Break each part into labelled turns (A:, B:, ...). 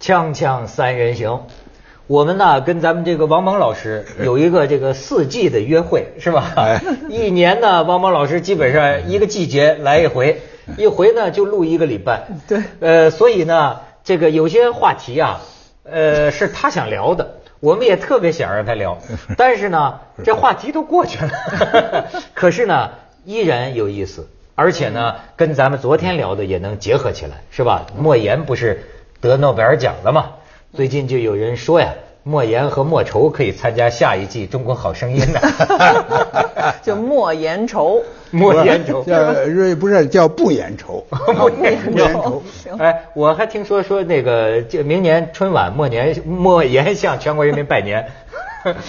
A: 锵锵三人行，我们呢跟咱们这个王蒙老师有一个这个四季的约会，是吧？
B: 哎
A: 一年呢，王蒙老师基本上一个季节来一回，一回呢就录一个礼拜。
C: 对
A: 呃，所以呢，这个有些话题啊，呃，是他想聊的。我们也特别想让他聊，但是呢，这话题都过去了， 可是呢，依然有意思，而且呢，跟咱们昨天聊的也能结合起来，是吧？莫言不是得诺贝尔奖了吗？最近就有人说呀，莫言和莫愁可以参加下一季《中国好声音》呢。
C: 就莫言愁。
A: 莫言愁，
B: 叫瑞不是叫不言 愁，
A: 莫言
B: 不言
A: 愁
B: 愁。
A: 哎，我还听说说那个，这明年春晚莫年莫言向全国人民拜年。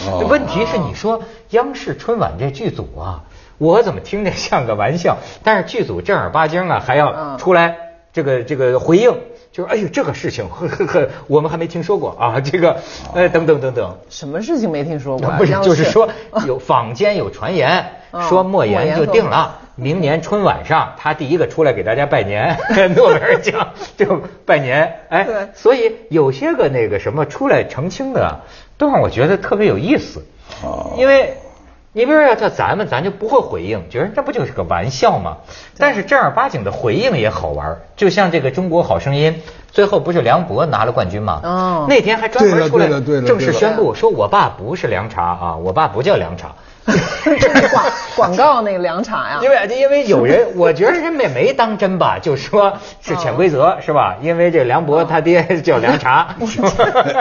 B: 哦
A: 问题是，你说央视春晚这剧组啊，我怎么听着像个玩笑？但是剧组正儿八经啊，还要
C: 嗯
A: 出来这个这个回应，就是哎呦这个事情，呵呵呵，我们还没听说过啊，这个呃等等等等。
C: 什么事情没听说过啊？
A: 不是，
C: 央视
A: 就是说有坊间有传言
C: 嗯
A: 说莫
C: 莫
A: 言
C: 言
A: 就
C: 总
A: 定 了，明年春晚上他第一个出来给大家拜年，诺贝尔奖就拜年。哎
C: 对，
A: 所以有些个那个什么出来澄清的啊，都让我觉得特别有意思
B: 哦，
A: 因为。你比如说要叫咱们，咱就不会回应，觉得这不就是个玩笑吗？但是正儿八经的回应也好玩儿，就像这个《中国好声音》，最后不是梁博拿了冠军吗？
C: 哦
A: 那天还专
B: 对
A: 门
B: 了
A: 出来
B: 对了对了
A: 正式
B: 对了
A: 宣布说我爸不是凉茶啊，我爸不叫凉 茶。
C: 是广 广告那个凉茶呀
A: 因。为因为有人，我觉得人们也没当真吧，就说是潜规
C: 哦
A: 则是吧？因为这梁博他 爹叫凉茶，是吧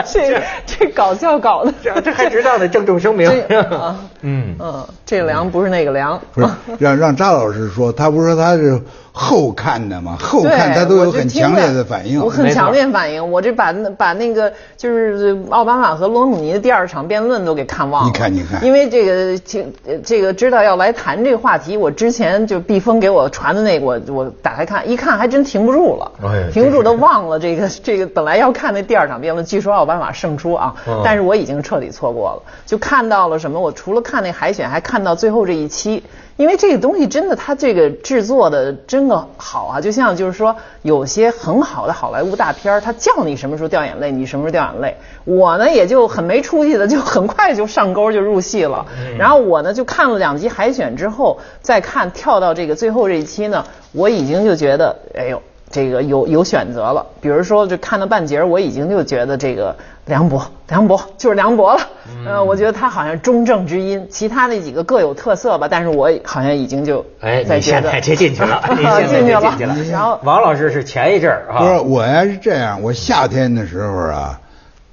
C: 这这搞笑搞的。
A: 这这还值当的郑重声明
C: 这啊。
A: 嗯，
C: 嗯，这个凉不是那个凉。
B: 不是让让张老师说，他不是说他是后看的吗？后看
C: 对
B: 他都
C: 我
B: 有
C: 就
B: 很
C: 听
B: 强烈
C: 着
B: 的反应
C: 我。很
A: 没错
C: 强烈反应。我这把那把那个就是奥巴马和罗姆尼的第二场辩论都给看忘了。
B: 你看你看
C: 因为这个这这个知道要来谈这个话题，我之前就毕峰给我传的那个，我我打开看，一看还真停不住了，
A: 哎呀
C: 停不住都忘了这个这个本来要看那第二场辩论，据说奥巴马胜出啊，
A: 嗯
C: 但是我已经彻底错过了，就看到了什么？我除了看那海选，还看到最后这一期，因为这个东西真的，它这个制作的真的好啊！就像就是说，有些很好的好莱坞大片儿，它叫你什么时候掉眼泪，你什么时候掉眼泪。我呢也就很没出息的，就很快就上钩就入戏了。然后我呢就看了两集海选之后，再看跳到这个最后这一期呢，我已经就觉得，哎呦。这个有有选择了，比如说，就看到半截儿，我已经就觉得这个梁博，梁博就是梁博了。
A: 嗯
C: 呃，我觉得他好像中正之音，其他那几个各有特色吧，但是我好像已经就
A: 哎，
C: 在
A: 你
C: 觉
A: 现
C: 得
A: 在这进去了，你
C: 进
A: 现
C: 去
A: 在
C: 了
A: 这进去了。
C: 然后
A: 王老师是前一阵儿
B: 不是
A: 啊，
B: 我呀是这样，我夏天的时候啊，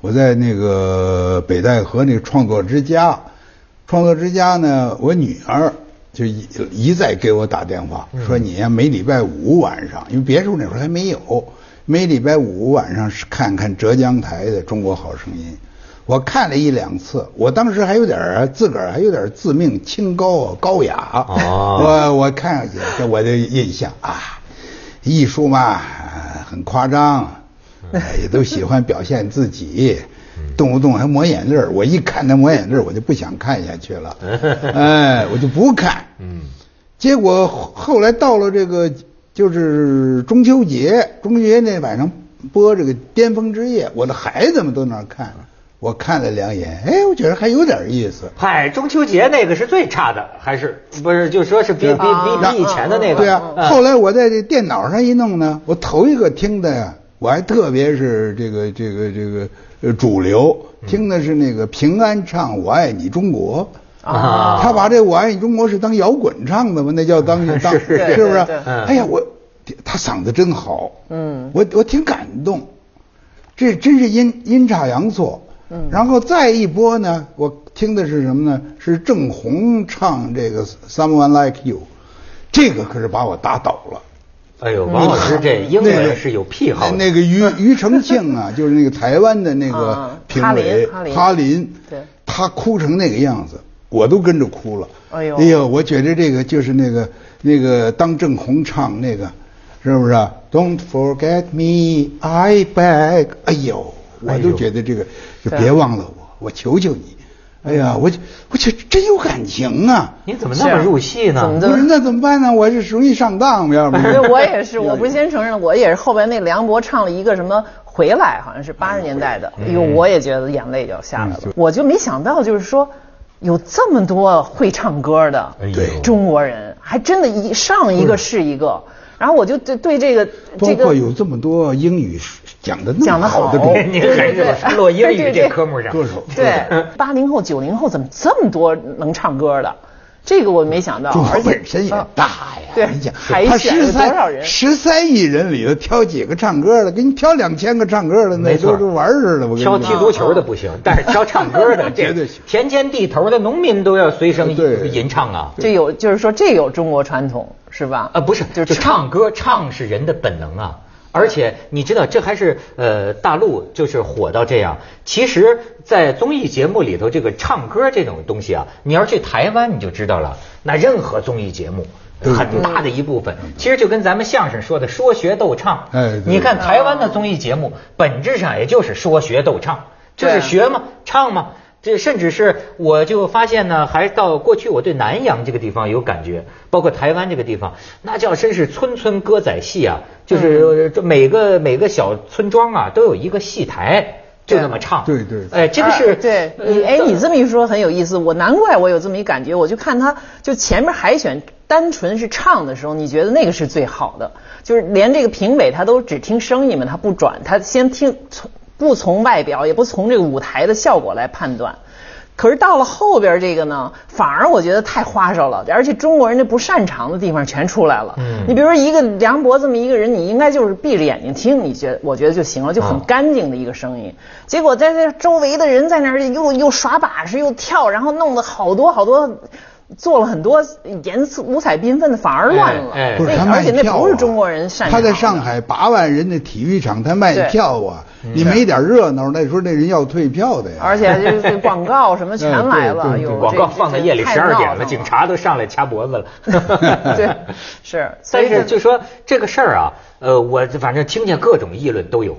B: 我在那个北戴河那个创作之家，创作之家呢，我女儿就一一再给我打电话说你呀每礼拜五晚上，因为别处那会儿还没有，每礼拜五晚上是看看浙江台的《中国好声音》。我看了一两次，我当时还有点儿啊自个儿还有点儿自命清高啊，高雅。
A: 哦
B: 我我看上去，这我的印象啊，艺术嘛，呃很夸张，呃也都喜欢表现自己，动不动还抹眼泪儿。我一看他抹眼泪儿，我就不想看下去了，哎，我就不看。
A: 嗯，
B: 结果后后来到了这个就是中秋节，中秋节那晚上播这个《巅峰之夜》，我的孩子们都那儿看，我看了两眼，哎，我觉得还有点意思。
A: 嗨，中秋节那个是最差的，还是不是？就说是比比比比以前的那个。嗯
B: 对啊，后来我在这电脑上一弄呢，我头一个听的呀，我还特别是这个这个这个呃主流听的是那个平安唱《我爱你中国》。
A: 啊
B: 他把这《我爱你中国》是当摇滚唱的吗？那叫当当
A: 是是
B: 是不是
C: 对对？
A: 嗯
B: 哎呀，我他嗓子真好，
C: 嗯
B: 我我挺感动，这真是阴阴差阳错。嗯，然后再一播呢，我听的是什么呢？是郑红唱这个《Someone Like You》，这个可是把我打倒了。
A: 哎呦，王老师
C: 嗯
A: 这英
B: 那
A: 文
B: 个
A: 是有癖好的。
B: 那个于于承庆 啊，就是那个台湾的那个
C: 啊
B: 评
C: 嗯哈
B: 委
C: 林哈林对
B: 他哭成那个样子，我都跟着哭了。
C: 哎呦
B: 我觉得这个就是那个那个当郑红唱那个，是不是啊？Don't forget me, I beg。哎呦，我
A: 哎呦
B: 都觉得这个，就
C: 对
B: 别忘了我，我求求你。哎呀，我就我去真有感情啊！
A: 你怎么那么入戏呢？
C: 是啊怎么
B: 不是那怎么办呢？我是容易上当，要不
C: 对， 我也是，我不是先承认了，我也是后边那梁博唱了一个什么回来，好像是
A: 嗯
C: 八十年代的，哎呦，我也觉得眼泪就下来了。我就没想到，就是说有这么多会唱歌的
A: 哎呦嗯
B: 对
C: 中国人，还真的一上一个是一个。然后我就对对这个
B: 包
C: 这
B: 括
C: 个
B: 有这么多英语讲的那
C: 讲
B: 么
C: 得好
B: 的歌
A: 您还是落英语这科目上。
B: 歌 手，
C: 对八零后九零后怎么这么多能唱歌的？这个我没
A: 哦
C: 想到，
B: 中国
C: 而且
B: 本身也
C: 啊
B: 大呀，
C: 对
B: 你讲
C: 海
B: 他
C: 选有
B: 十
C: 多少人
B: 三十三亿人里头挑几个唱歌的，给你挑两千个唱歌的，那
A: 没错
B: 都是玩儿似的。我跟你
A: 挑
B: 说啊
A: 踢足球的不行，但是挑唱歌 的，这
B: 绝对行
A: 田间地头的农民都要随声
B: 对
A: 吟唱啊。
C: 这有就是说这有中国传统是吧？
A: 啊，不是，
C: 就
A: 就是唱歌，唱是人的本能啊。而且你知道，这还是呃大陆就是火到这样。其实，在综艺节目里头，这个唱歌这种东西啊，你要是去台湾你就知道了。那任何综艺节目很大的一部分，其实就跟咱们相声说的说学逗唱。
B: 哎对
A: 你看台湾的综艺节目，本质上也就是说学逗唱，就
C: 对啊
A: 是学嘛，唱嘛。这甚至是我就发现呢，还到过去我对南阳这个地方有感觉，包括台湾这个地方，那叫真是村村歌仔戏啊，就是这每个每个小村庄啊都有一个戏台，就那么唱。
B: 对对
A: 哎，这个
C: 啊
A: 是嗯
C: 对你哎，你这么一说很有意思，我难怪我有这么一感觉，我就看他就前面海选单纯是唱的时候，你觉得那个是最好的，就是连这个评委他都只听声音嘛，他不转，他先听从不从外表，也不从这个舞台的效果来判断。可是到了后边这个呢，反而我觉得太花哨了，而且中国人那不擅长的地方全出来了。
A: 嗯
C: 你比如说一个梁博这么一个人，你应该就是闭着眼睛听，你觉得我觉得就行了，就很
A: 啊
C: 干净的一个声音。结果在这周围的人在那儿又又耍把式又跳，然后弄得好多好多，做了很多颜色五彩缤纷的，反而乱了。
A: 哎哎
B: 不是
C: 那
B: 他
C: 而
B: 卖
C: 且那
B: 票啊
C: 不是中国人擅长
B: 他
C: 的。
B: 在上海八万人的体育场，他卖
C: 对
B: 票啊，
A: 嗯
B: 你没点热闹，那时候那人要退票的呀。
C: 而且就是广告什么全来
A: 嗯
C: 了，
B: 哎对对对
C: 有这
A: 广告放到夜里
C: 这太
A: 十二
C: 闹
A: 点
C: 腾
A: 了，警察都上来掐脖子了。
C: 对是，所以
A: 但是
C: 这
A: 就说这个事儿啊，呃，我反正听见各种议论都有。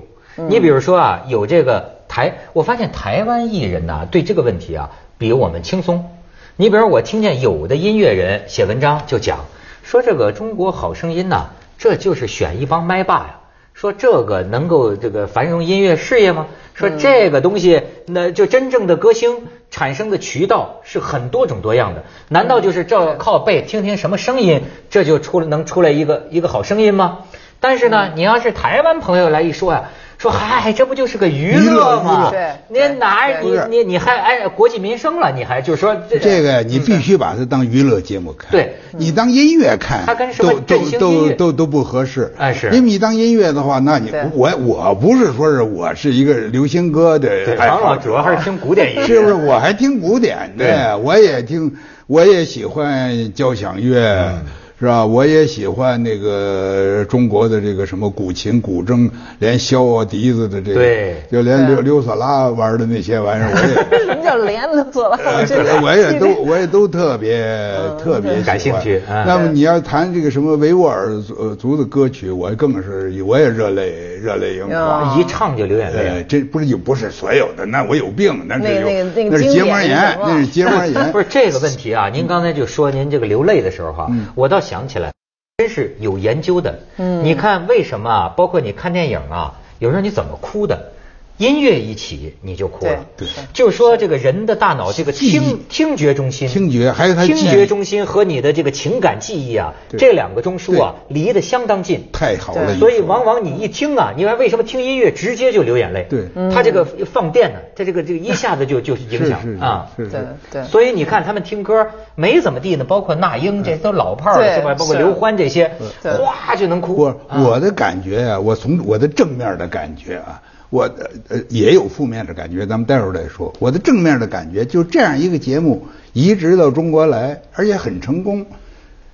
A: 你比如说啊，有这个台，我发现台湾艺人呐、对这个问题啊，比我们轻松。你比如我听见有的音乐人写文章就讲说这个《中国好声音》呐，这就是选一帮麦霸呀、说这个能够这个繁荣音乐事业吗？说这个东西，那就真正的歌星产生的渠道是很多种多样的，难道就是照靠背听听什么声音，这就出能出来一个一个好声音吗？但是呢，你要是台湾朋友来一说呀、说嗨，这不就是个娱乐吗？
C: 娱乐娱乐
A: 你哪
C: 对
A: 你你你还哎国计民生了，你还就是说这
B: 这个你必须把它当娱乐节目看，
A: 对嗯
B: 你当音乐看，
A: 它跟什么
B: 都
A: 振
B: 都
A: 兴音
B: 都
A: 乐
B: 都都不合适。
A: 哎是
B: 因为你当音乐的话，那你
C: 对
B: 我我不是说是我是一个流行歌的
A: 对
B: 爱
A: 唐
B: 好
A: 老
B: 者
A: 主要还是听古典音乐，
B: 是不是？我还听古典
A: 对
B: 的，我也听，我也喜欢交响乐，
A: 嗯
B: 是吧？我也喜欢那个中国的这个什么古琴、古筝，连箫啊、笛子的这个，
A: 对
B: 就连刘刘索拉玩的那些玩意儿，我 也。
C: 什么叫连了索拉？
A: 呃
C: 我 这
B: 我也都我也都特别
C: 嗯
B: 特别喜欢
A: 感兴趣嗯
B: 那么你要谈这个什么维吾尔族呃族的歌曲，我更是我也热泪热泪盈
C: 啊
B: 眶。
A: 一唱就流眼泪了啊
B: 呃，。这不是有不是所有的，那我有病，那是有
C: 那个那个那个
B: 是结膜
C: 经典
B: 炎
C: 是，吧
B: 那是 结膜炎
A: 不。是这个问题啊，您刚才就说您这个流泪的时候哈、
B: 嗯
A: 我倒想起来，真是有研究的。
C: 嗯
A: 你看为什么啊？包括你看电影啊，有时候你怎么哭的，音乐一起你就哭了。
C: 对对
A: 就是说这个人的大脑这个听听觉中心，
B: 听觉还有它
A: 听
B: 记忆
A: 觉中心和你的这个情感记忆啊，
B: 对
A: 这两个中枢啊离得相当近。
B: 太好了，
C: 对
B: 你
A: 所以
B: 说
A: 往往你一听啊，你看为什么听音乐直接就流眼泪？
B: 对
A: 他这个放电呢，他这个这个一下子就就影响
B: 是是
A: 啊。
B: 是
C: 对
B: 是。
C: 对。
A: 所以你看他们听歌没怎么地呢，包括那英这都老炮儿了
C: 对
A: 是吧？包括
C: 是
A: 刘欢这些，
C: 对
A: 哗就能哭。
B: 我
A: 啊
B: 我的感觉呀、我从我的正面的感觉啊，我的呃也有负面的感觉，咱们待会儿再说。我的正面的感觉，就这样一个节目移植到中国来，而且很成功，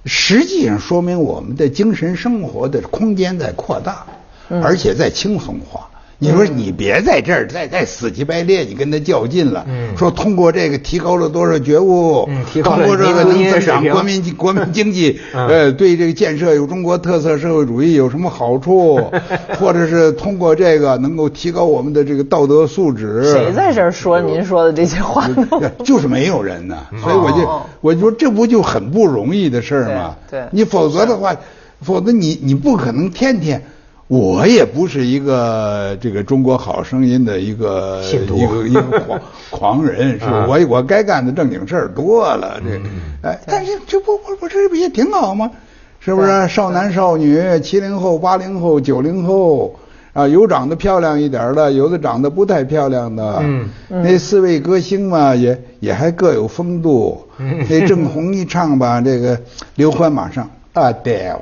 B: 实际上说
A: 嗯
B: 明我们的精神生活的空间在扩大，而且在轻松化。你说你别在这儿再再死乞白赖，你跟他较劲了。
A: 嗯
B: 说通过这个提高了多少觉悟，
A: 嗯提高了
B: 通过这个
A: 民族
B: 能增
A: 音乐水
B: 长
A: 平
B: 国民经国民经济，
A: 嗯
B: 呃，对这个建设有中国特色社会主义有什么好 处？或者是通过这个能够提高我们的这个道德素质？
C: 谁在这儿说您说的这些话呢？
A: 嗯
B: 就是没有人呢，所以我就
C: 哦
B: 我就说这不就很不容易的事儿吗？
C: 对对
B: 你否则的话，否则你你不可能天天。我也不是一个这个中国好声音的一个
A: 信徒
B: 一个一个狂狂人，是
A: 啊
B: 我我该干的正经事儿多了，
A: 嗯
B: 这哎，但是这不不不这不也挺好吗？是不是？少男少女，七零后、八零后、九零后，啊，有长得漂亮一点儿的，有的长得不太漂亮的，
A: 嗯
B: 那四位歌星嘛，也也还各有风度。
A: 嗯
B: 那郑红一 唱吧，这个刘欢马上啊 d e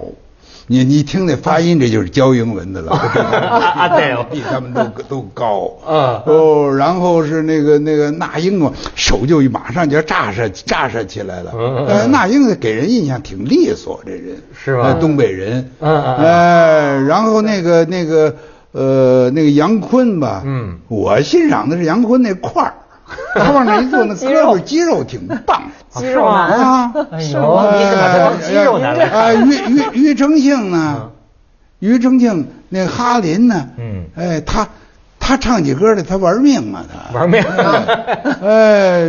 B: 你你听那发音，这就是教英文 的了。
A: 啊对哦
B: 比他们都都高。
A: 嗯
B: 哦，然后是那个那个那英啊，手就马上就炸射炸射起来了。
A: 嗯
B: 呃，那英给人印象挺利索，这人
A: 是吧
B: 呃东北人。
A: 嗯嗯嗯
B: 哎，然后那个那个呃那个杨坤吧，
A: 嗯
B: 我欣赏的是杨坤那块儿，他往那 一坐，那
C: 肌
B: 胳
C: 肉
B: 膊肌肉挺棒。
C: 肌肉
A: 啊
C: 男，，
B: 啊，
A: 哎呦，你
B: 是
A: 是
B: 吗
A: 把它当肌肉男来
B: 啊，
A: 看？
B: 庾庾庾澄庆呢？庾澄庆那哈林呢？
A: 嗯
B: 哎，他他唱起歌来，他玩命嘛，他
A: 玩命
B: 哎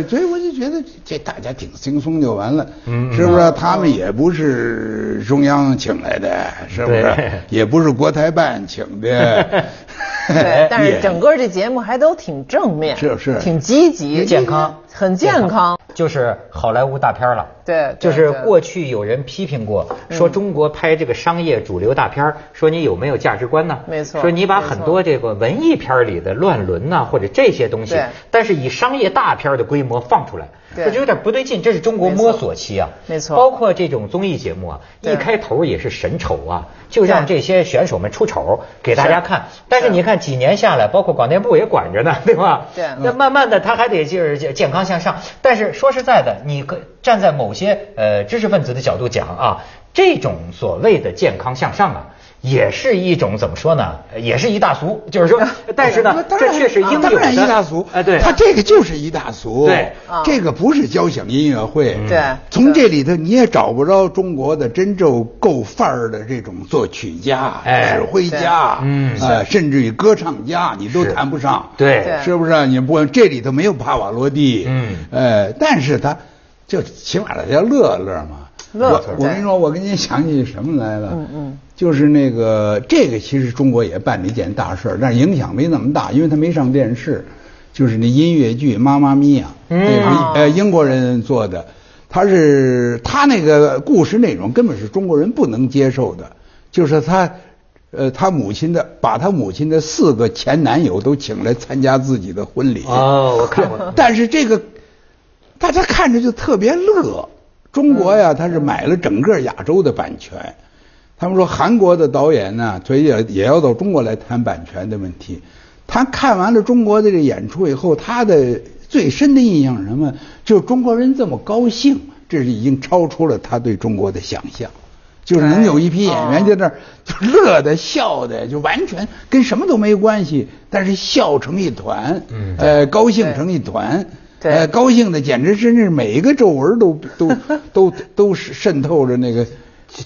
B: 哎，所以我就觉得这大家挺轻松就完了，
A: 嗯
B: 是不是？他们也不是中央请来的，是不是
A: 对？
B: 也不是国台办请 的
C: 对，但是
B: 也
C: 整个这节目还都挺正面，
B: 是是
C: 挺积极，
A: 健康
C: 很健康，
A: 就是好莱坞大片了。
C: 对，
A: 就
C: 对
A: 是
C: 对嗯
A: 过去有人批评过，说中国拍这个商业主流大片儿，说你有没有价值观呢？
C: 没错
A: 说你把
C: 没错
A: 很多这个文艺片儿里的乱伦呐、或者这些东西
C: 对，
A: 但是以商业大片儿的规模放出来，
C: 对
A: 这就有点不对劲。这是中国
C: 没错
A: 摸索期啊，
C: 没错
A: 包括这种综艺节目啊，
C: 对
A: 一开头也是神丑啊，就让
C: 对
A: 这些选手们出丑给大家看。但是你看几年下来，包括广电部也管着呢，对吧？
C: 对
A: 那慢慢的，他还得就是健康向上。啊但是说实在的，你可站在某些呃知识分子的角度讲啊，这种所谓的健康向上啊，也是一种怎么说呢？也是一大俗，就是 说，但是呢，
B: 哦当
A: 这
B: 然
A: 确实应有的。
B: 当然一大俗，
A: 哎，对，
B: 他这个就是一大俗，
A: 对
C: 啊
B: 这个不是交响音乐会，
A: 嗯
C: 对
B: 从这里头你也找不着中国的真正够范儿的这种作曲家、
A: 哎
B: 指挥家，
A: 对嗯
B: 呃，甚至于歌唱家，你都
A: 是
B: 谈不上，
A: 对
C: 对
B: 是不是？你不这里头没有帕瓦罗蒂，
A: 嗯
B: 呃，但是他就起码他要乐乐嘛。
C: 乐
B: 我我
C: 对
B: 跟你说，我跟您想起什么来了？
C: 嗯嗯，
B: 就是那个这个，其实中国也办了一件大事儿，但是影响没那么大，因为它没上电视。就是那音乐剧《妈妈咪呀》，
A: 嗯
B: 那个
C: 哦
B: 呃英国人做的，他是他那个故事内容根本是中国人不能接受的，就是他。呃，他母亲的把他母亲的四个前男友都请来参加自己的婚礼。
A: 哦我看过
B: 但是这个大家看着就特别乐。中国
A: 嗯
B: 呀，他是买了整个亚洲的版权。他们说韩国的导演呢，所以也也要到中国来谈版权的问题。他看完了中国的这演出以后，他的最深的印象是什么？就是中国人这么高兴，这是已经超出了他对中国的想象。就是人有一批演员就那儿就乐的笑的，就完全跟什么都没关系，但是笑成一团，
A: 嗯
B: 呃，高兴成一团，
C: 对
B: 呃，高兴的简直真是每一个皱纹都 都都都渗透着那个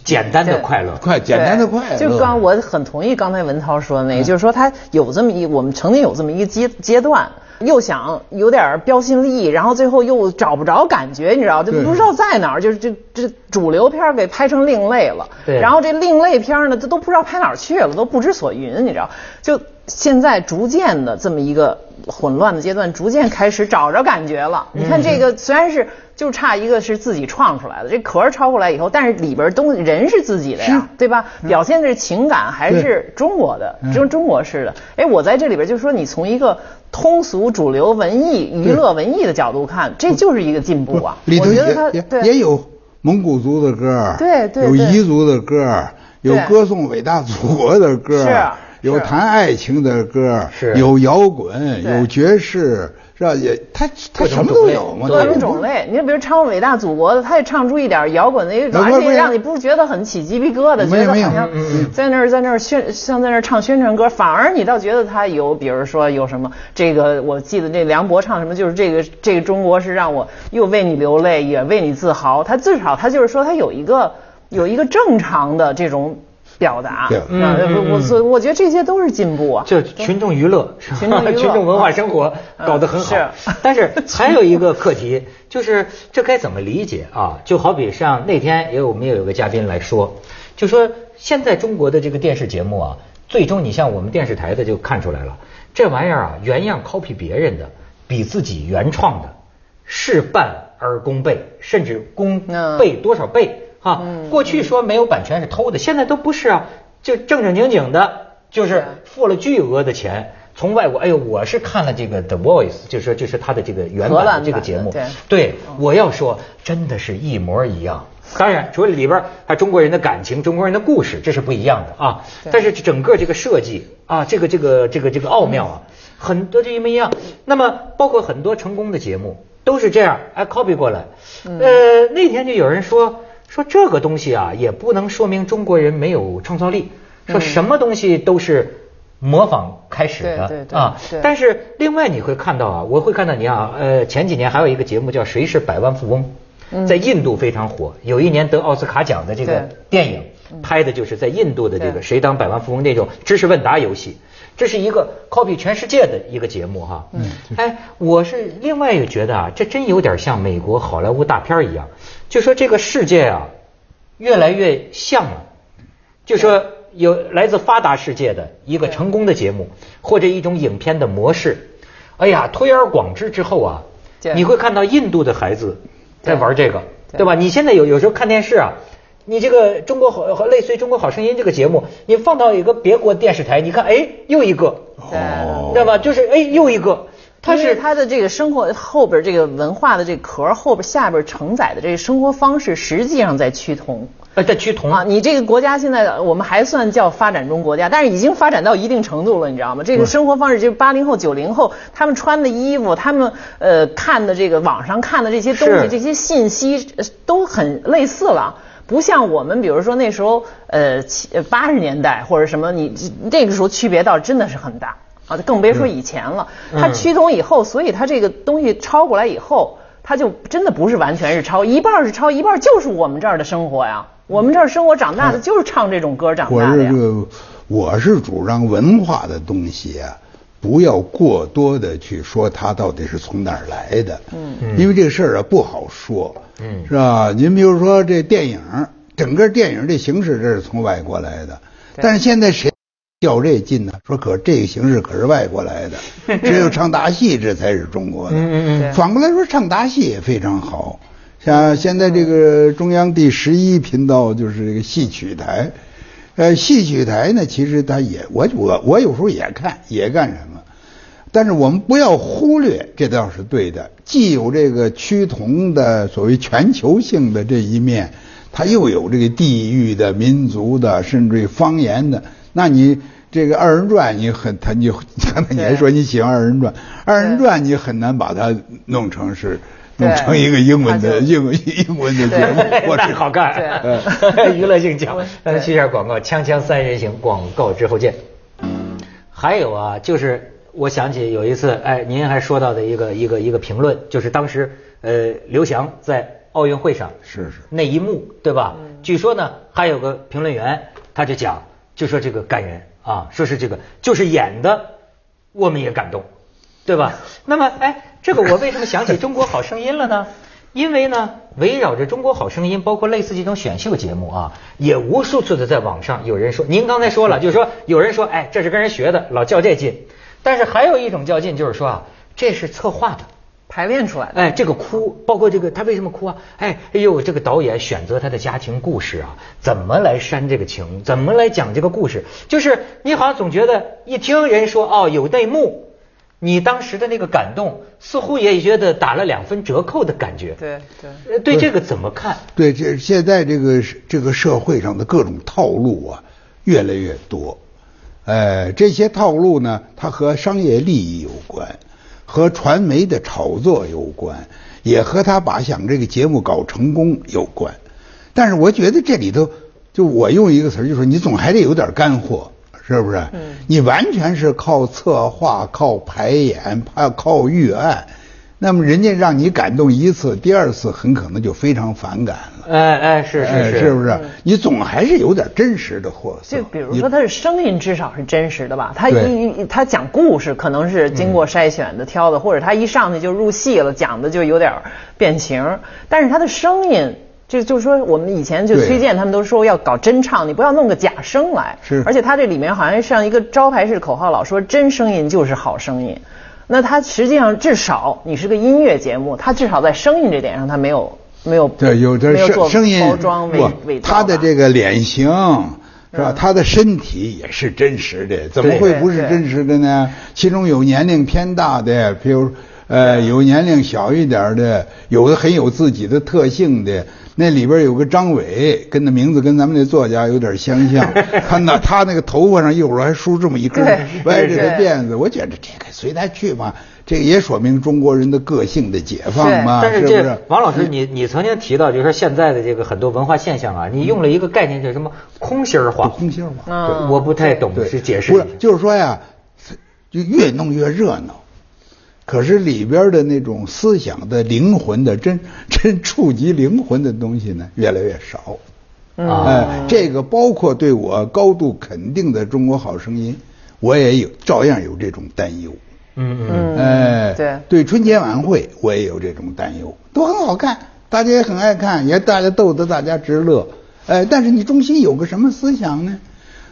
A: 简单的快乐。
B: 快简单的
C: 对
B: 快嗯乐。
C: 就刚我很同意刚才文涛说的那个，就是说他有这么一，我们曾经有这么一个阶阶段。又想有点标新立异，然后最后又找不着感觉，你知道，就
B: 对
C: 不知道在哪儿，就是这这主流片儿给拍成另类了，
A: 对
C: 然后这另类片儿呢，这都不知道拍哪儿去了，都不知所云，你知道？就现在逐渐的这么一个混乱的阶段，逐渐开始找着感觉了。
B: 嗯
C: 你看这个虽然是就差一个是自己创出来的，这壳儿抄过来以后，但是里边儿东西人是自己的呀，对吧？
B: 嗯
C: 表现的是情感还是中国的，中中国式的。哎，我在这里边就说，你从一个通俗、主流、文艺、娱乐、文艺的角度看，这就是一个进步啊。
B: 嗯不里头
C: 我觉得它
B: 也也也
C: 对
B: 有蒙古族的歌，
C: 对对
B: 有
C: 对
B: 彝族的歌，有
C: 对
B: 歌颂伟大祖国的歌，
C: 是
B: 有
C: 是
B: 谈爱情的歌，
A: 是
B: 有摇滚，
C: 对
B: 有爵士，是吧？也他他
A: 各种
B: 什么
A: 种
B: 都
A: 类
B: 有嘛，
C: 各
B: 他
C: 种
B: 也
C: 种
B: 不
C: 类，你比如唱《伟大祖国》的，他也唱出一点摇滚的一种，
B: 那不
C: 而
B: 不
C: 且
B: 是
C: 让你不觉得很起鸡皮疙瘩，
B: 没
C: 觉
B: 有
C: 得
B: 没有
C: 好像
B: 嗯嗯
C: 在那儿在那儿宣像在那儿唱宣传歌，反而你倒觉得他有，比如说有什么这个，我记得那梁博唱什么，就是这个这个中国是让我又为你流泪，也为你自豪。他至少他就是说他有一个有一个正常的这种表达，
B: 对
A: 嗯
C: 啊
A: 嗯嗯
C: 我所以我觉得这些都是进步啊。
A: 就群众娱乐，是吧
C: 群众娱 乐
A: 群众文化生活
C: 嗯
A: 搞得很好。
C: 是
A: 但是还有一个课题，就是这该怎么理解啊？就好比像那天也有我们也有个嘉宾来说，就说现在中国的这个电视节目啊，最终你像我们电视台的就看出来了，这玩意儿啊原样 copy 别人的，比自己原创的事半而功倍，甚至功
C: 嗯
A: 倍多少倍啊？过去说没有版权是偷的，现在都不是啊，就正正经经的，就是付了巨额的钱。从外国，哎呦，我是看了这个《The Voice》，就是说就是他的这个原
C: 荷
A: 版
C: 兰
A: 的这个
C: 版
A: 节
C: 的
A: 目，
C: 对
A: 对，我要说真的是一模一样。当然，除了里边儿还中国人的感情、中国人的故事，这是不一样的啊。
C: 对
A: 但是整个这个设计啊，这个这个这个这个奥妙啊，很多就一模一样。那么包括很多成功的节目都是这样，哎，copy 过来。呃，那天就有人说说这个东西啊，也不能说明中国人没有创造力，说什么东西都是模仿开始的、
C: 对对对
A: 啊
C: 对。
A: 但是另外你会看到啊，我会看到你啊，呃，前几年还有一个节目叫《谁是百万富翁》，在印度非常火，有一年得奥斯卡奖的这个
C: 嗯对嗯
A: 电影。拍的就是在印度的这个
C: 对
A: 谁当百万富翁那种知识问答游戏，这是一个 copy 全世界的一个节目哈。嗯，哎，我是另外也觉得啊，这真有点像美国好莱坞大片儿一样，就说这个世界啊，越来越像了。就说有来自发达世界的一个成功的节目或者一种影片的模式，哎呀，推而广之之后啊
C: 对，
A: 你会看到印度的孩子在玩这个，
C: 对
A: 对吧？你现在有有时候看电视啊。你这个中国好好类似于《中国好声音》这个节目，你放到一个别国电视台，你看，哎，又一个，
C: 对
B: 哦
A: 知道吧？就是哎，又一个，它
C: 它
A: 是
C: 是它的这个生活后边这个文化的这个壳儿后边下边承载的这个生活方式，实际上在趋同。
A: 呃在趋同
C: 啊，你这个国家现在我们还算叫发展中国家，但是已经发展到一定程度了，你知道吗？这个生活方式就是八零后、九零后他们穿的衣服，他们呃看的这个网上看的这些东
A: 是
C: 西，这些信息呃都很类似了。不像我们，比如说那时候，呃，七八十年代或者什么，你那个时候区别倒真的是很大啊，更别说以前了。它趋同以后，所以它这个东西抄过来以后，它就真的不是完全是抄，一半儿是抄，一半儿就是我们这儿的生活呀。我们这儿生活长大的就是唱这种歌长
B: 我
C: 大的
B: 是
C: 呀
B: 这。个，我是主张文化的东西啊，不要过多的去说它到底是从哪儿来的，嗯，因为这事儿啊不好说，嗯，是吧？您比如说这电影，整个电影这形式这是从外国来的，但是现在谁？较这劲呢？说可这个形式可是外国来的，只有唱大戏这才是中国的。
A: 嗯，
C: 嗯对
B: 反过来说，唱大戏也非常好。像现在这个中央第十一频道就是这个戏曲台，呃，戏曲台呢，其实它也我我我有时候也看，也干什么。但是我们不要忽略，这倒是对的，既有这个趋同的所谓全球性的这一面，它又有这个地域的、民族的，甚至于方言的。那你这个二人转，你很他你刚才你还说你喜欢二人转，二人转你很难把它弄成是
C: 对
B: 弄成一个英文
C: 它
B: 的
C: 就
B: 英文英文的节目我
A: 那
B: 是
A: 好干，嗯娱乐性强。咱们去一下广告，锵锵三人行，广告之后见。还有啊，就是我想起有一次，哎，您还说到的一个一个一个评论，就是当时呃，刘翔在奥运会上
B: 是是
A: 那一幕，对吧？据说呢，还有个评论员他就讲，就说这个感人啊，说是这个就是演的，我们也感动，对吧？ 那么，哎，这个我为什么 想起《中国好声音》了呢？因为呢，围绕着《中国好声音》，包括类似这种选秀节目啊，也无数次的在网上有人说，您刚才说了，就是说有人说，哎，这是跟人学的，老较这劲。但是还有一种较劲，就是说啊，这是策划的。
C: 排练出来的。
A: 哎，这个哭，包括这个他为什么哭啊？哎，哎呦，这个导演选择他的家庭故事啊，怎么来煽这个情，怎么来讲这个故事？就是你好像总觉得一听人说哦有内幕，你当时的那个感动，似乎也觉得打了两分折扣的感觉。
C: 对对。
A: 呃，对这个怎么看？
B: 对，这现在这个是这个社会上的各种套路啊，越哎来越多。呃，这些套路呢，它和商业利益有关，和传媒的炒作有关，也和他把想这个节目搞成功有关。但是我觉得这里头，就我用一个词儿，就是你总还得有点干货，是不是？
C: 嗯
B: 你完全是靠策划、靠排演、怕靠预案，那么人家让你感动一次，第二次很可能就非常反感了。
A: 哎哎，是
B: 哎
A: 是是，
B: 是不是？你总还是有点真实的货色。
C: 就比如
B: 你
C: 说，他的声音至少是真实的吧？他
B: 对嗯
C: 一一他讲故事可能是经过筛选的、挑的，或者他一上去就入戏了，讲的就有点儿变形。但是他的声音，就就是说我们以前就
B: 对
C: 推荐他们都说要搞真唱，你不要弄个假声来。
B: 是
C: 而且他这里面好像像一个招牌式口号，老说真声音就是好声音。那他实际上至少你是个音乐节目，他至少在声音这点上他没有没有
B: 对，有
C: 没
B: 这
C: 有
B: 声
C: 做
B: 声音
C: 包装伪
B: 不
C: 伪造
B: 他的
C: 吧
B: 这个脸型是吧？
C: 嗯
B: 他的身体也是真实的，怎么
A: 对
B: 会不是
C: 对
B: 真实的呢？其中有年龄偏大的，比如呃，有年龄小一点的，有的很有自己的特性的。那里边有个张伟，跟那名字跟咱们这作家有点相 像。他那他那个头发上一会儿还梳这么一根
C: 对
B: 歪着的
C: 对
B: 辫子，我觉得这个随他去吧，这个也说明中国人的个性的解放
C: 是
B: 嘛，
A: 但是
B: 是不是啊
A: 这？王老师，你你曾经提到，就是说现在的这个很多文化现象啊，你用了一个概念叫什么“空心儿化
B: 空心儿嘛”，
C: 嗯
A: 我不太懂，
B: 对，
A: 是解释
B: 不
A: 一
B: 是
A: 下，
B: 就是说呀，就越弄越热闹，可是里边的那种思想的灵魂的真 真触及灵魂的东西呢，越来越少。
C: 嗯
B: 哎，这个包括对我高度肯定的《中国好声音》，我也有照样有这种担忧。
A: 嗯嗯。
C: 嗯
B: 哎，
C: 对
B: 对，春节晚会我也有这种担忧，都很好看，大家也很爱看，也大家逗得大家直乐。哎，但是你中心有个什么思想呢？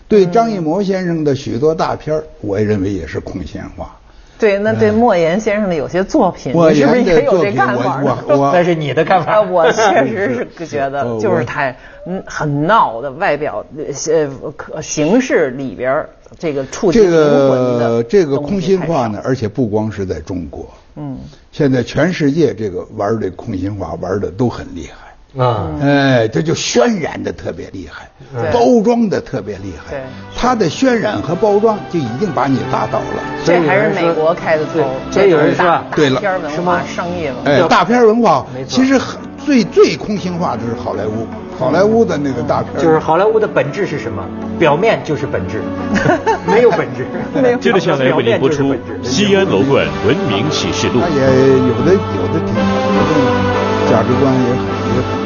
B: 对张艺谋先生的许多大片儿，我也认为也是空闲化。
C: 对，那
B: 嗯
C: 对莫言先生的有些作品，
B: 我
C: 你是不是
B: 原来
C: 也有
B: 作
C: 这
B: 品
C: 看法
B: 我
C: 呢？
B: 我我
A: 但是 你的看法
C: 啊，我 确实是觉得
B: 我
C: 就是太嗯很闹的外表呃可形式里边儿这个触及
B: 这
C: 灵魂的
B: 个这个
C: 东西
B: 空心
C: 太
B: 化
C: 少
B: 呢，，而且不光是在中国，
C: 嗯，
B: 现在全世界这个玩儿这空心化玩儿的都很厉害。
A: 啊，
B: 哎，这就渲染的特别厉害
C: 对，
B: 包装的特别厉
C: 对
B: 害，它的渲染和包装就已经把你打倒了。
A: 所以
C: 这
A: 有
C: 还是
A: 人说
C: 美国开的头
A: 对，所以有人说啊
C: 大
B: 对了
C: 片儿
A: 什
C: 文
A: 么
C: 化商业文化，
B: 哎，大片文化
A: 没错
B: 其实很最最空心化的是好莱坞，好莱坞的那个大片 儿
A: 就是好莱坞的本质是什么？表面就是本 质，没有本质。
D: 接着下来为您播
A: 表
D: 出
A: 面就是本
D: 《
A: 质
D: 西安楼冠文明启示录
B: 它》。也有的有的挺好，有的价值观也很也很